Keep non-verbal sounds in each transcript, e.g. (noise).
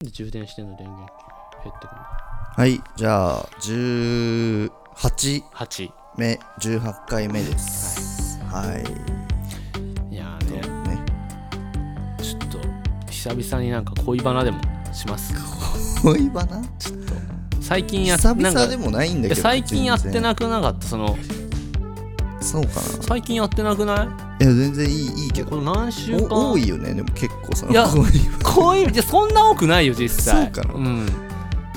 で充電してんの電源減ってくるはい、じゃあ、18 8目、18回目です。はい。いやそうーねね。ちょっと久々になんか恋バナでもしますか恋バナちょっと最近やっ久々なでんかもないんだえけど。最近やってい。なくなかったそのそうか最近やってなくないな。いや、全然いいいいけど。これ何週間お多いよね、でも結構そのいや恋バ恋じゃそんな多くないよ実際そうかなん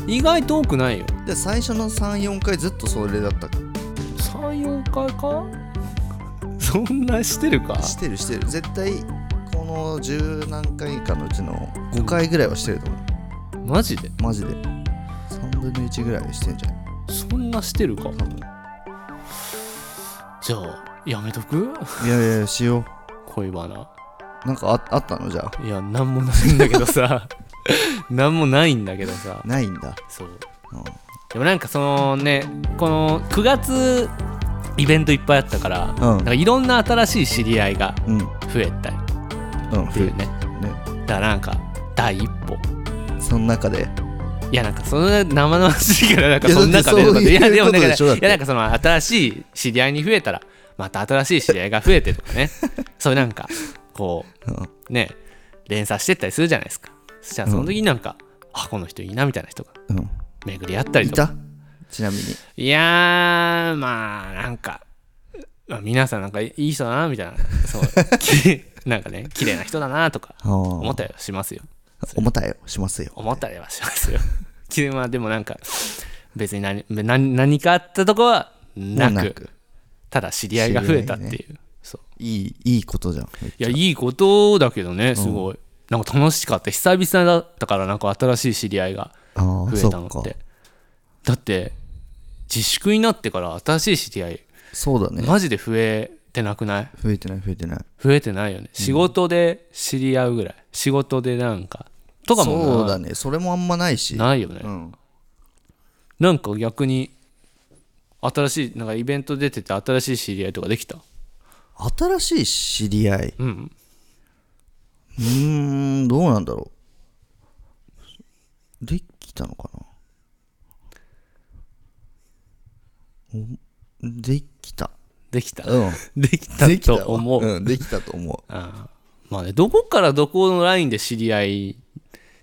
意外と多くないよナで最初の3、4回ずっとそれだった34回かそんなしてるかしてるしてる。絶対、この十何回かのうちの5回ぐらいはしてると思う。マジでマジで。3分の1ぐらいはしてんじゃないそんなしてるか多分。じゃあやめとく (laughs) いやいやいや、しよ恋バナう。なんかああったのじゃあ。いやなんもないんだけど (laughs) さなんもないんだけどさないんだ。そううんでもなんかそのねこの9月イベントいっぱいあったから、うんなんかいろんな新しい知り合いがうん。うん。増えたりっていうねね。だからなんか第一歩その中で。いやなんかその生々しいからなんかいやその中でとかだってそういういやでもなんことかでしょだっいてやなんかその新しい知り合いに増えたらまた新しい知り合いが増えてとか (laughs) ねそういうなんかこうんうね連鎖してったりするじゃないですかそしたらその時になんか、あこの人いいなみたいな人がうん。巡り合ったりいとかたちなみに。いやーまあなんか、まあ、皆さんなんかいい人だなみたいなそう (laughs) きなんかね綺麗な人だなとか思思っ。たりはしますよ重たいよ。しますよ。思ったりはしますよ (laughs) きれいまあでもなんか別に何何何かあったとこはなくもうなくただ知り合いが増えたっていう知、そういい、いいことじゃん。いやいいことだけどねすごい、なんか楽しかった久々だったからなんか新しい知り合いがああ、増そえたのうかっ。てだって自粛になってから新しい知り合いそうだね。マジで増えてなくない増えてない、増えてない。増えてないよね仕事で知り合うぐらい、仕事でなんかとかもなそうだね。それもあんまないし。ないよね、うん。なんか逆に新しいなんかイベント出てて新しい知り合いとかできた新しい知り合い。うんうーん、どうなんだろう。できたのかなおできた。できた、うん。 (laughs) できたできたわと思う、うん、できたと思ああまあねどこからどこのラインで知り合い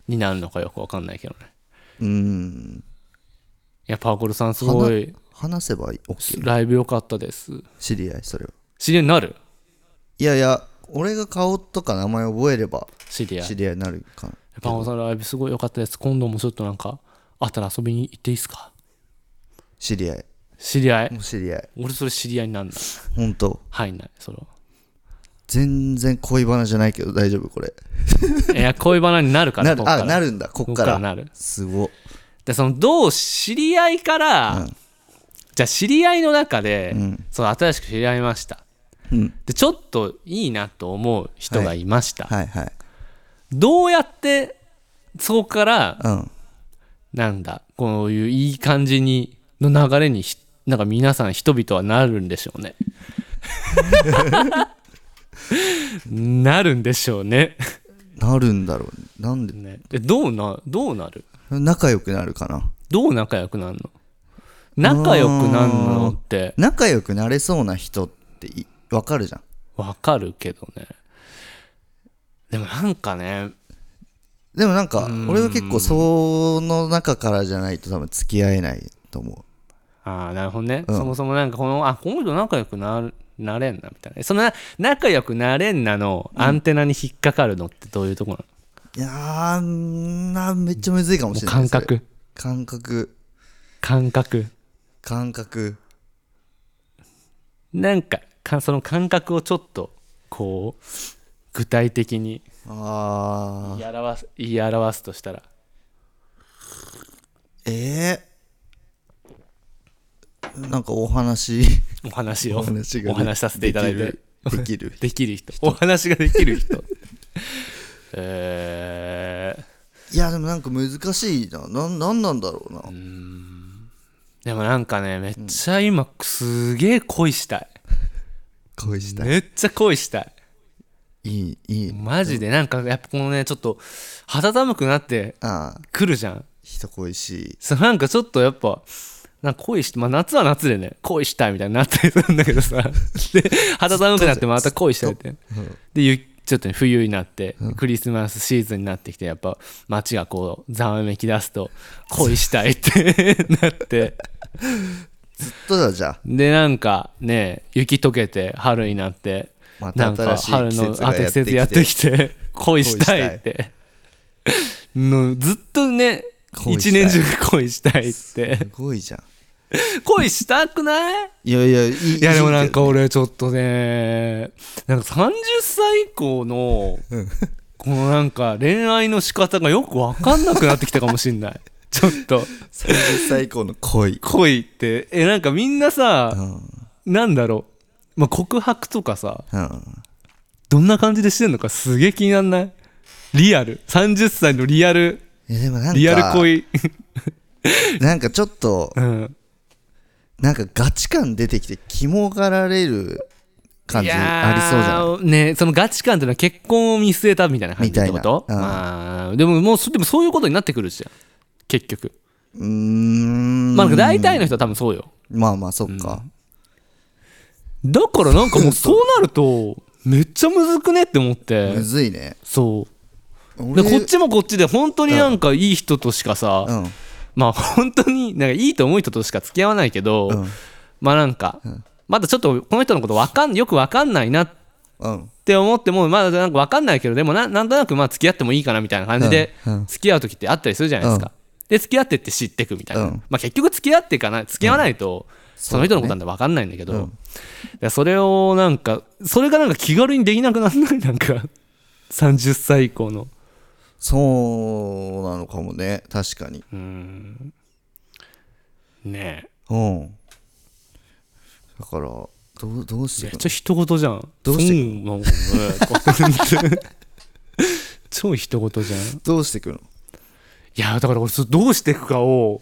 になるのかよくわかんないけどねう。うん。いやパーコルさんすごい話せば OK。ライブ良かったです知り合い、それは。知り合いになるいやいや、俺が顔とか名前覚えれば知り合い知り合いになるかな。パンコさんのライブすごい良かったです今度もちょっとなんかあったら遊びに行っていいですか知り合い。知り合いもう知り合い。俺それ知り合いになんないほんと。入んないそれは全然恋バナじゃないけど大丈夫これ。いや恋バナになるからこなるっからあ、なるんだ、ここっっかからら。なるすご。でそのどう知り合いから、うんじゃあ知り合いの中で、うんそう新しく知り合いましたうん。でちょっといいなと思う人がいました、はいはい。どうやってそこからうん。なんだこういういい感じにの流れにひなんか皆さん人々はなるんでしょうね (laughs) なるんでしょうねなるんだろう。なんで、ねでどうなどうなる仲良くなるかな。どう仲良くなるの仲良くなるのって仲良くなれそうな人っていわかるじゃん。わかるけどねでもなんかねでもなんか、俺は結構その中からじゃないと多分付き合えないと思ああなるほどね、うんそもそもなんかこのあこの人仲良くなるなれんなみたいなそのな仲良くなれんなのアンテナに引っかかるのってどういうとこなの、う。いやー、んーなめっちゃむずいかももうしれな感い。それ覚感覚。感覚感覚。なんかかその感覚をちょっとこう具体的にあー。言い表す言い表すとしたらえー、なんかお話、 (laughs) お話をお話がお話しさせていただいて。できる。できる人 (laughs) お話ができる人 (laughs) えいや、でもなんか難しいな。なん、なんなんだろうな。ーでもなんかねめっちゃ今すげえ恋したい、恋したい。めっちゃ恋したいいいいいマジでなんかやっぱこのねちょっと肌寒くなってああくるじゃん人恋しそうなんかちょっとやっぱなんか恋して、まあ、夏は夏でね恋したいみたいになったりするんだけどさ (laughs) で肌寒くなってまた恋したいってい、うんでゆちょっとね冬になってクリスマスシーズンになってきてやっぱ街がこうざわめき出すと恋したいって (laughs) なってずっとだじゃあでなんかね雪解けて春になってまたなんか新しい春季の節がや季って節きてやってきて恋したいって (laughs) のずっとね恋した一い年中恋したいっすてごいじゃん恋したくないいやいやいいいやでもなんかいい俺ちょっとねなんか30歳以降のこのなんか恋愛の仕方がよく分かんなくなってきたかもしんないちょっとけど30歳以降の恋、恋ってえなんかみんなうさんなんだろう、まあ、告白とかさうん、どんな感じでしてんのかすげえ気になんないリアル30歳のリアルいやでもなんかリアル恋なんかちょっとうんなんかガチ感出てきて肝がられる感じありそうじゃないいやーねそのガチ感っていうのは結婚を見据えたみたいな感じってことみたいなうんまあでももうそでもそういうことになってくるじゃん結局うーんまあなんか大体の人は多分そうよまあまあそっか、だからなんかもうそうなるとめっちゃむずくねって思ってむずいねそう俺でこっちもこっちで本当になんかいい人としかさ、うんまあ本当になんかいいと思う人としか付き合わないけど、うんまあなんか、まだちょっとこの人のことわかんよくわかんないなっうんて思ってもまだなんかわかんないけどでもななんとなくまあ付き合ってもいいかなみたいな感じでうんうん付き合う時ってあったりするじゃないですか、で付き合ってって知ってくみたいな、うんまあ結局付き合っていかない付き合わないと、その人のことなんてわかんないんだけど、うそんそれをなんかそれがなんか気軽にできなくなんないなんか30歳以降のそうなのかもね確かにうんねえうんだからどうどうしてめっいくのちゃ人事じゃんどうしてなんか (laughs) ね (laughs) 超人事じゃんいどうしていくのやだから俺それどうしていくかを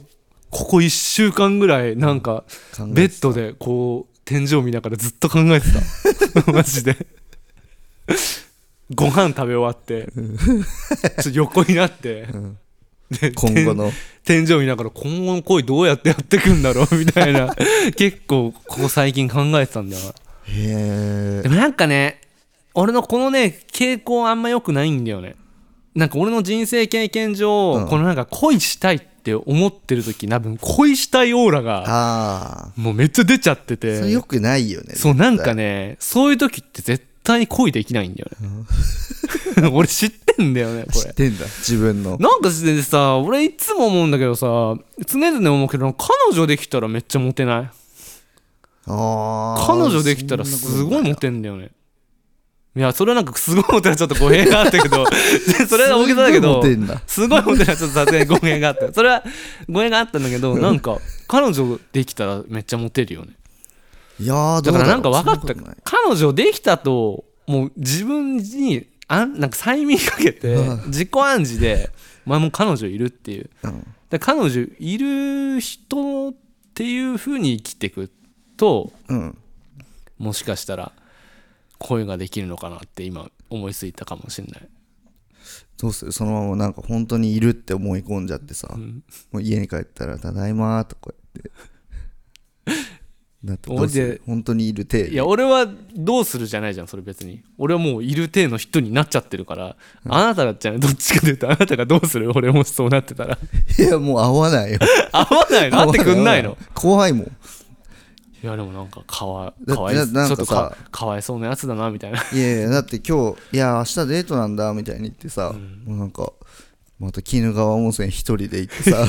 ここ1週間ぐらいなんか考ベえてッドでこう天井見ながらずっと考えてた (laughs) マジでご飯食べ終わってちょっと横になってで今後の天井見ながら今後の恋どうやってやってくんだろうみたいな結構ここ最近考えてたんだよなへでえもなんかね俺のこのね傾向あんま良くないんだよねなんか俺の人生経験上、うんこのなんか恋したいって思ってる時多分恋したいオーラがああもうめっちゃ出ちゃっててそれよくないよねそうなんかねそういう時って絶対に恋できないんだよね (laughs) 俺知ってんだよねこ知っれてんだ自分のなんかしてさ俺いつも思うんだけどさ常々思うけど彼女できたらめっちゃモテないああ彼女できたらすごいモテんだよねいやそれはなんかすごいモテはちょっと語弊があったけ (laughs) どでそれは大げさだけどすごいモテんだすごいモテはちょっとさすがに語弊があったそれは語弊があったんだけ (laughs) どなんか彼女できたらめっちゃモテるよねいやーだどうからろうなんか分かっそたんなことない彼女できたともう自分にあんなんか催眠かけてう自己暗示で「お前もう彼女いる」っていううんだから彼女いる人っていう風に生きてくとうんもしかしたら恋ができるのかなって今思いついたかもしれないどうするそのままなんか本当にいるって思い込んじゃってさ、もう家に帰ったら「ただいま」とか言ってなってどうすマジでる本当にいるていや俺はどうするじゃないじゃんそれ別に俺はもういる体の人になっちゃってるから、あなただっちゃないどっちかというとあなたがどうする俺もしそうなってた (laughs) らいやもう会わないよ合わないの合ってくんないの (laughs) 合わ怖いもんいやでもなんかかわだかわいだなんちょかっとさかかわいそうなやつだなみたいないやいやだって今日「いや明日デートなんだ」みたいに言ってさ、もうなんかまた鬼怒川温泉一人で行って (laughs) さ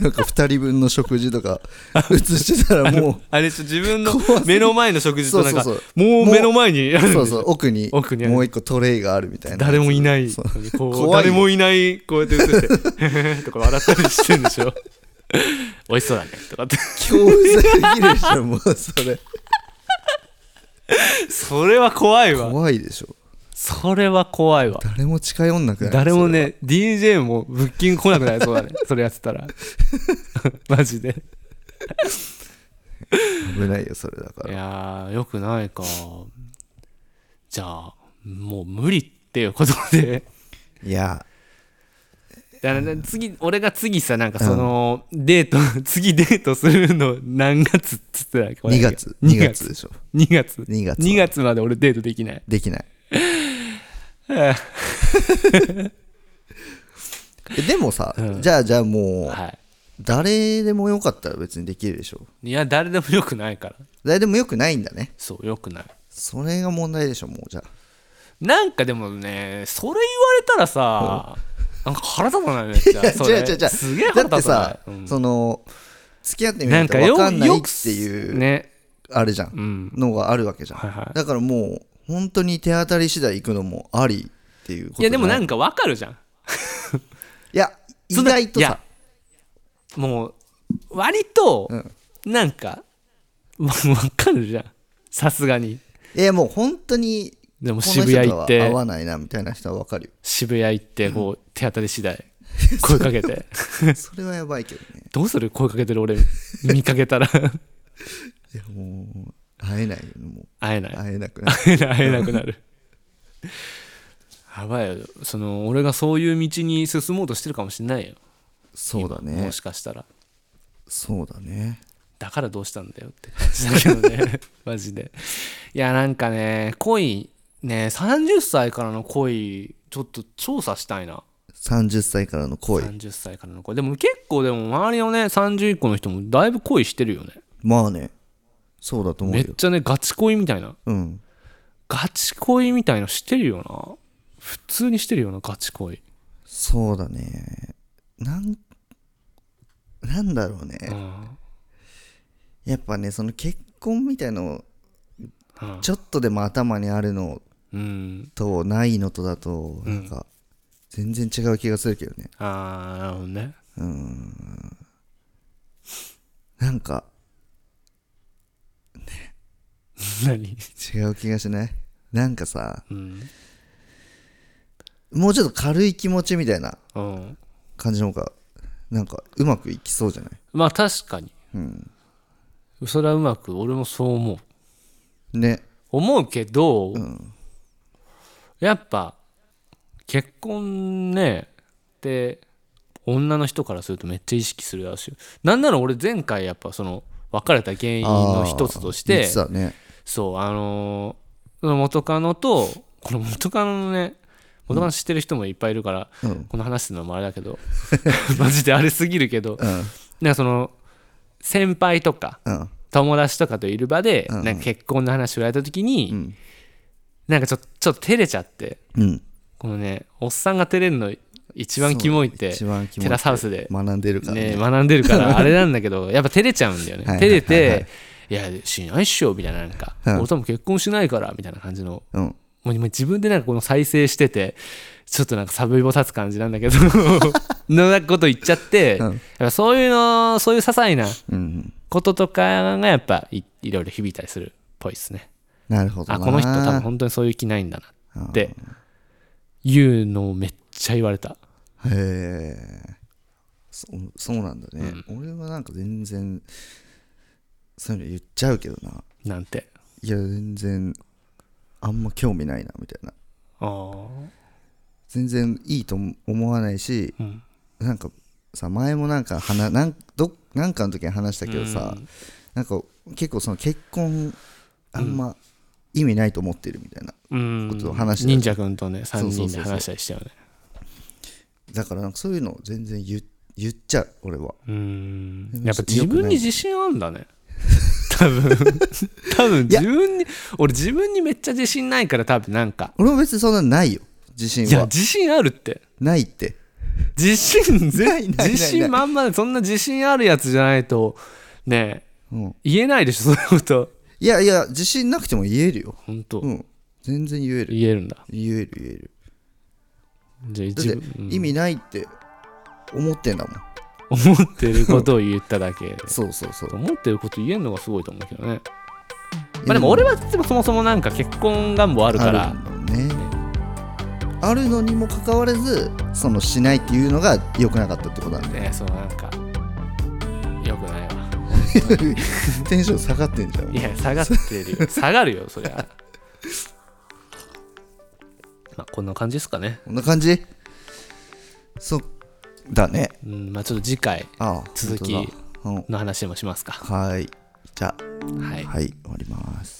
なんか二人分の食事とか移してたらもあれちょ自分の怖すぎ目の前の食事となんかそうそうもう目の前にあうるそうそう奥に奥にあるもう一個トレイがあるみたい (laughs) な誰もいないそうこう怖い誰よもいないこうやって映してへへへ (laughs) とか笑ったりしてんでしょ (laughs) 美味しそうだねとかって強制できるでしょもうそ (laughs) れそれは怖いわ怖いでしょそれは怖いわ誰も近寄んなくなる誰もね DJ もブッキング来なくなり (laughs) そうだねそれやってたらマジでそれ危ないよそれだいからやーよくないかじゃあもう無理っていうことでいやだからね次俺が次さなんかその、デート (laughs) 次デートするの何月っつってたっけ2月2 2月月でしょ2月2月2月まで俺デートできないできないはえ (laughs) でもさ、うんじゃあじゃあもうい誰でもよかったら別にできるでしょいや誰でもよくないから誰でもよくないんだねそうよくないそれが問題でしょもうじゃあなんかでもねそれ言われたらさなんか腹立たないね (laughs) じゃあそ違れう違う違うすげえ腹だって立たないさ、うんその付き合ってみななんいとか分よかんないっよくていう、ねあれじゃ、うんんのがあるわけじゃん、はいはいだからもう本当に手当たり次第行くのもありっていうこといやでもなんかんかわかるじゃんいや意そんな外といさやもう割とうんなんかわわかるじゃんさすがにいやもう本当にでもこの渋人谷と行はっ合てわないなみたいな人は分かる渋谷行ってこう手当たり次第声かけ (laughs) て (laughs) よそれはやばいけどねどうする声かけてる (laughs) 俺見かけたらいやもう会えないよもう会えない会えな (laughs) くなる会えな会えなくなるやばいよその俺がそういう道に進もうとしてるかもしれないよそうだ今ねもしかしたらそうだねだからどうしたんだよって感じだけど (laughs) ねマジでいやなんかね恋ね30歳からの恋ちょっと調査したいな30歳からの恋30歳からの恋でも結構でも周りのね30以降の人もだいぶ恋してるよねまあねそうだと思うめよっちゃねガチ恋みたいなうんガチ恋みたいのしてるよな普通にしてるよなガチ恋そうだねなんなんだろうね、うんやっぱねその結婚みたいのうんちょっとでも頭にあるのうんとないのとだとうなんんか全然違う気がするけどねああなるほどねなんか何違う気がしないなんかさうんもうちょっと軽い気持ちみたいなうん感じの方がなんかうまくいきそうじゃないまあ確かにうんそれはうまく俺もそう思うね思うけど、んやっぱ結婚ねって女の人からするとめっちゃ意識するだろうしなんなら俺前回やっぱその別れた原因の一つとして実はねそうあのーその元カノとこの元カノのね元カノ知ってる人もいっぱいいるから、うんこの話するのもあれだけど (laughs) マジであれすぎるけどうんなんかその先輩とかうん友達とかといる場で、うんうんなんか結婚の話をやった時に、うんなんかちょちょっと照れちゃってうんこのねおっさんが照れるの一番キモいって一番キモいテラスハウスで学んでるからねね学んでる (laughs) からあれなんだけどやっぱ照れちゃうんだよねはいはい照はいはれてい「いやしないっしょ」みたいななんか「うん俺とも結婚しないから」みたいな感じのうんもう今自分でなんかこの再生しててちょっとなんかサブイボ立つ感じなんだ (laughs) けどのなこと言っちゃって、うんやっぱそういうのそういう些細なうんこととかがやっぱいいろいろ響いたりするっぽいですねなるほどなあこの人多分本当にそういう気ないんだなっていうのをめっちゃ言われたへえそそうなんだね、俺はなんか全然そういうの言っちゃうけどななんていや全然あんま興味ないなみたいなああ全然いいと思わないしうんなんかさ前もなんか話なんどなんかの時に話したけどさ、うんなんか結構その結婚あんま意味ないと思ってるみたいな、うんことを話してた忍者くんとね3そ人うそでうそうそう話したりしたよねだからなんかそういうのを全然言言っちゃう俺はうんでもやっぱ自よく分ないに自信あんだね (laughs) 多 (laughs) 分多分いや自分に俺自分にめっちゃ自信ないから多分なんか俺も別にそんなないよ自信いやは自信あるってないって自信ぜ (laughs) ないないない自信満々そんな自信あるやつじゃないとねうん言えないでしょそういうこといやいや、自信なくても言えるよ。本当、うん。全然言える。言えるんだ言える言える。じゃあだって自分、意味ないって思ってんだもん。思ってることを言っただけそうそうそう。思ってること言えるのがすごいと思うけどねまあでも俺はでもそもそもなんか結婚願望ああるからるんだもんね。あるのにもかかわらず、そのしないっていうのが良くなかったってことなん (laughs) で。ねそうなんかよくないわテンション下がってんじゃ (laughs) んい。や下がってるよ下がるよそりゃまあ、こんな感じですかね。こんな感じそだねうん、まあ、ちょっと次回ああ続き本当だうんの話もしますか。はいじゃはいあ。はい終わります